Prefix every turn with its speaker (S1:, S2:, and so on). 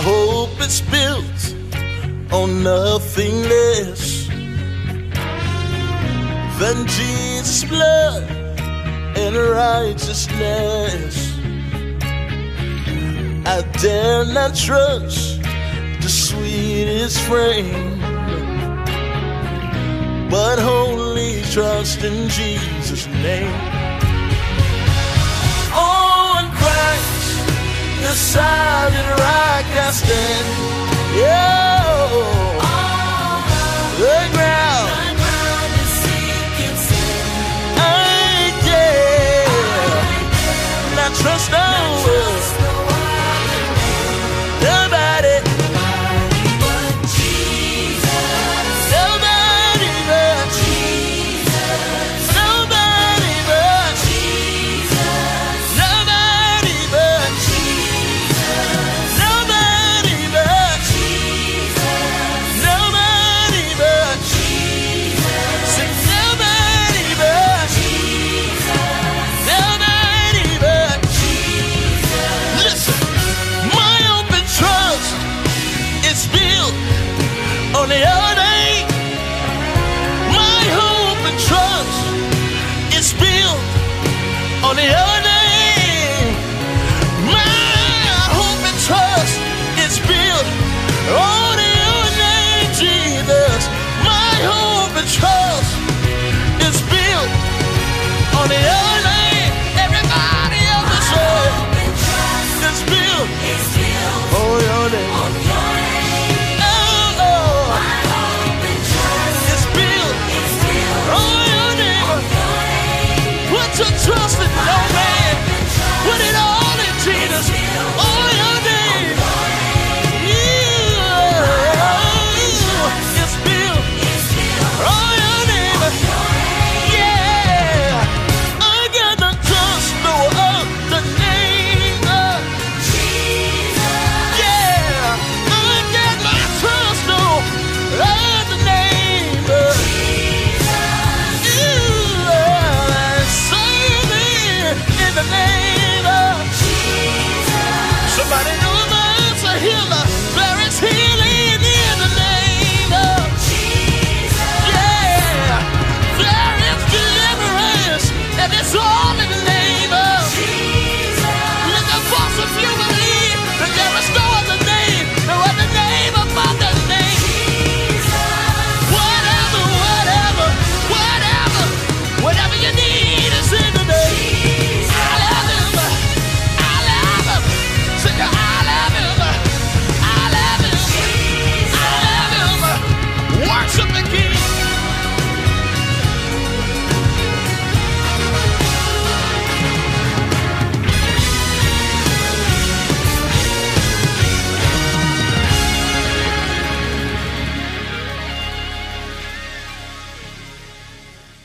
S1: hope it's built on nothing less than Jesus' blood and righteousness. I dare not trust the sweetest frame, but wholly trust in Jesus' name. On Christ, the solid rock I stand. Yeah. Oh,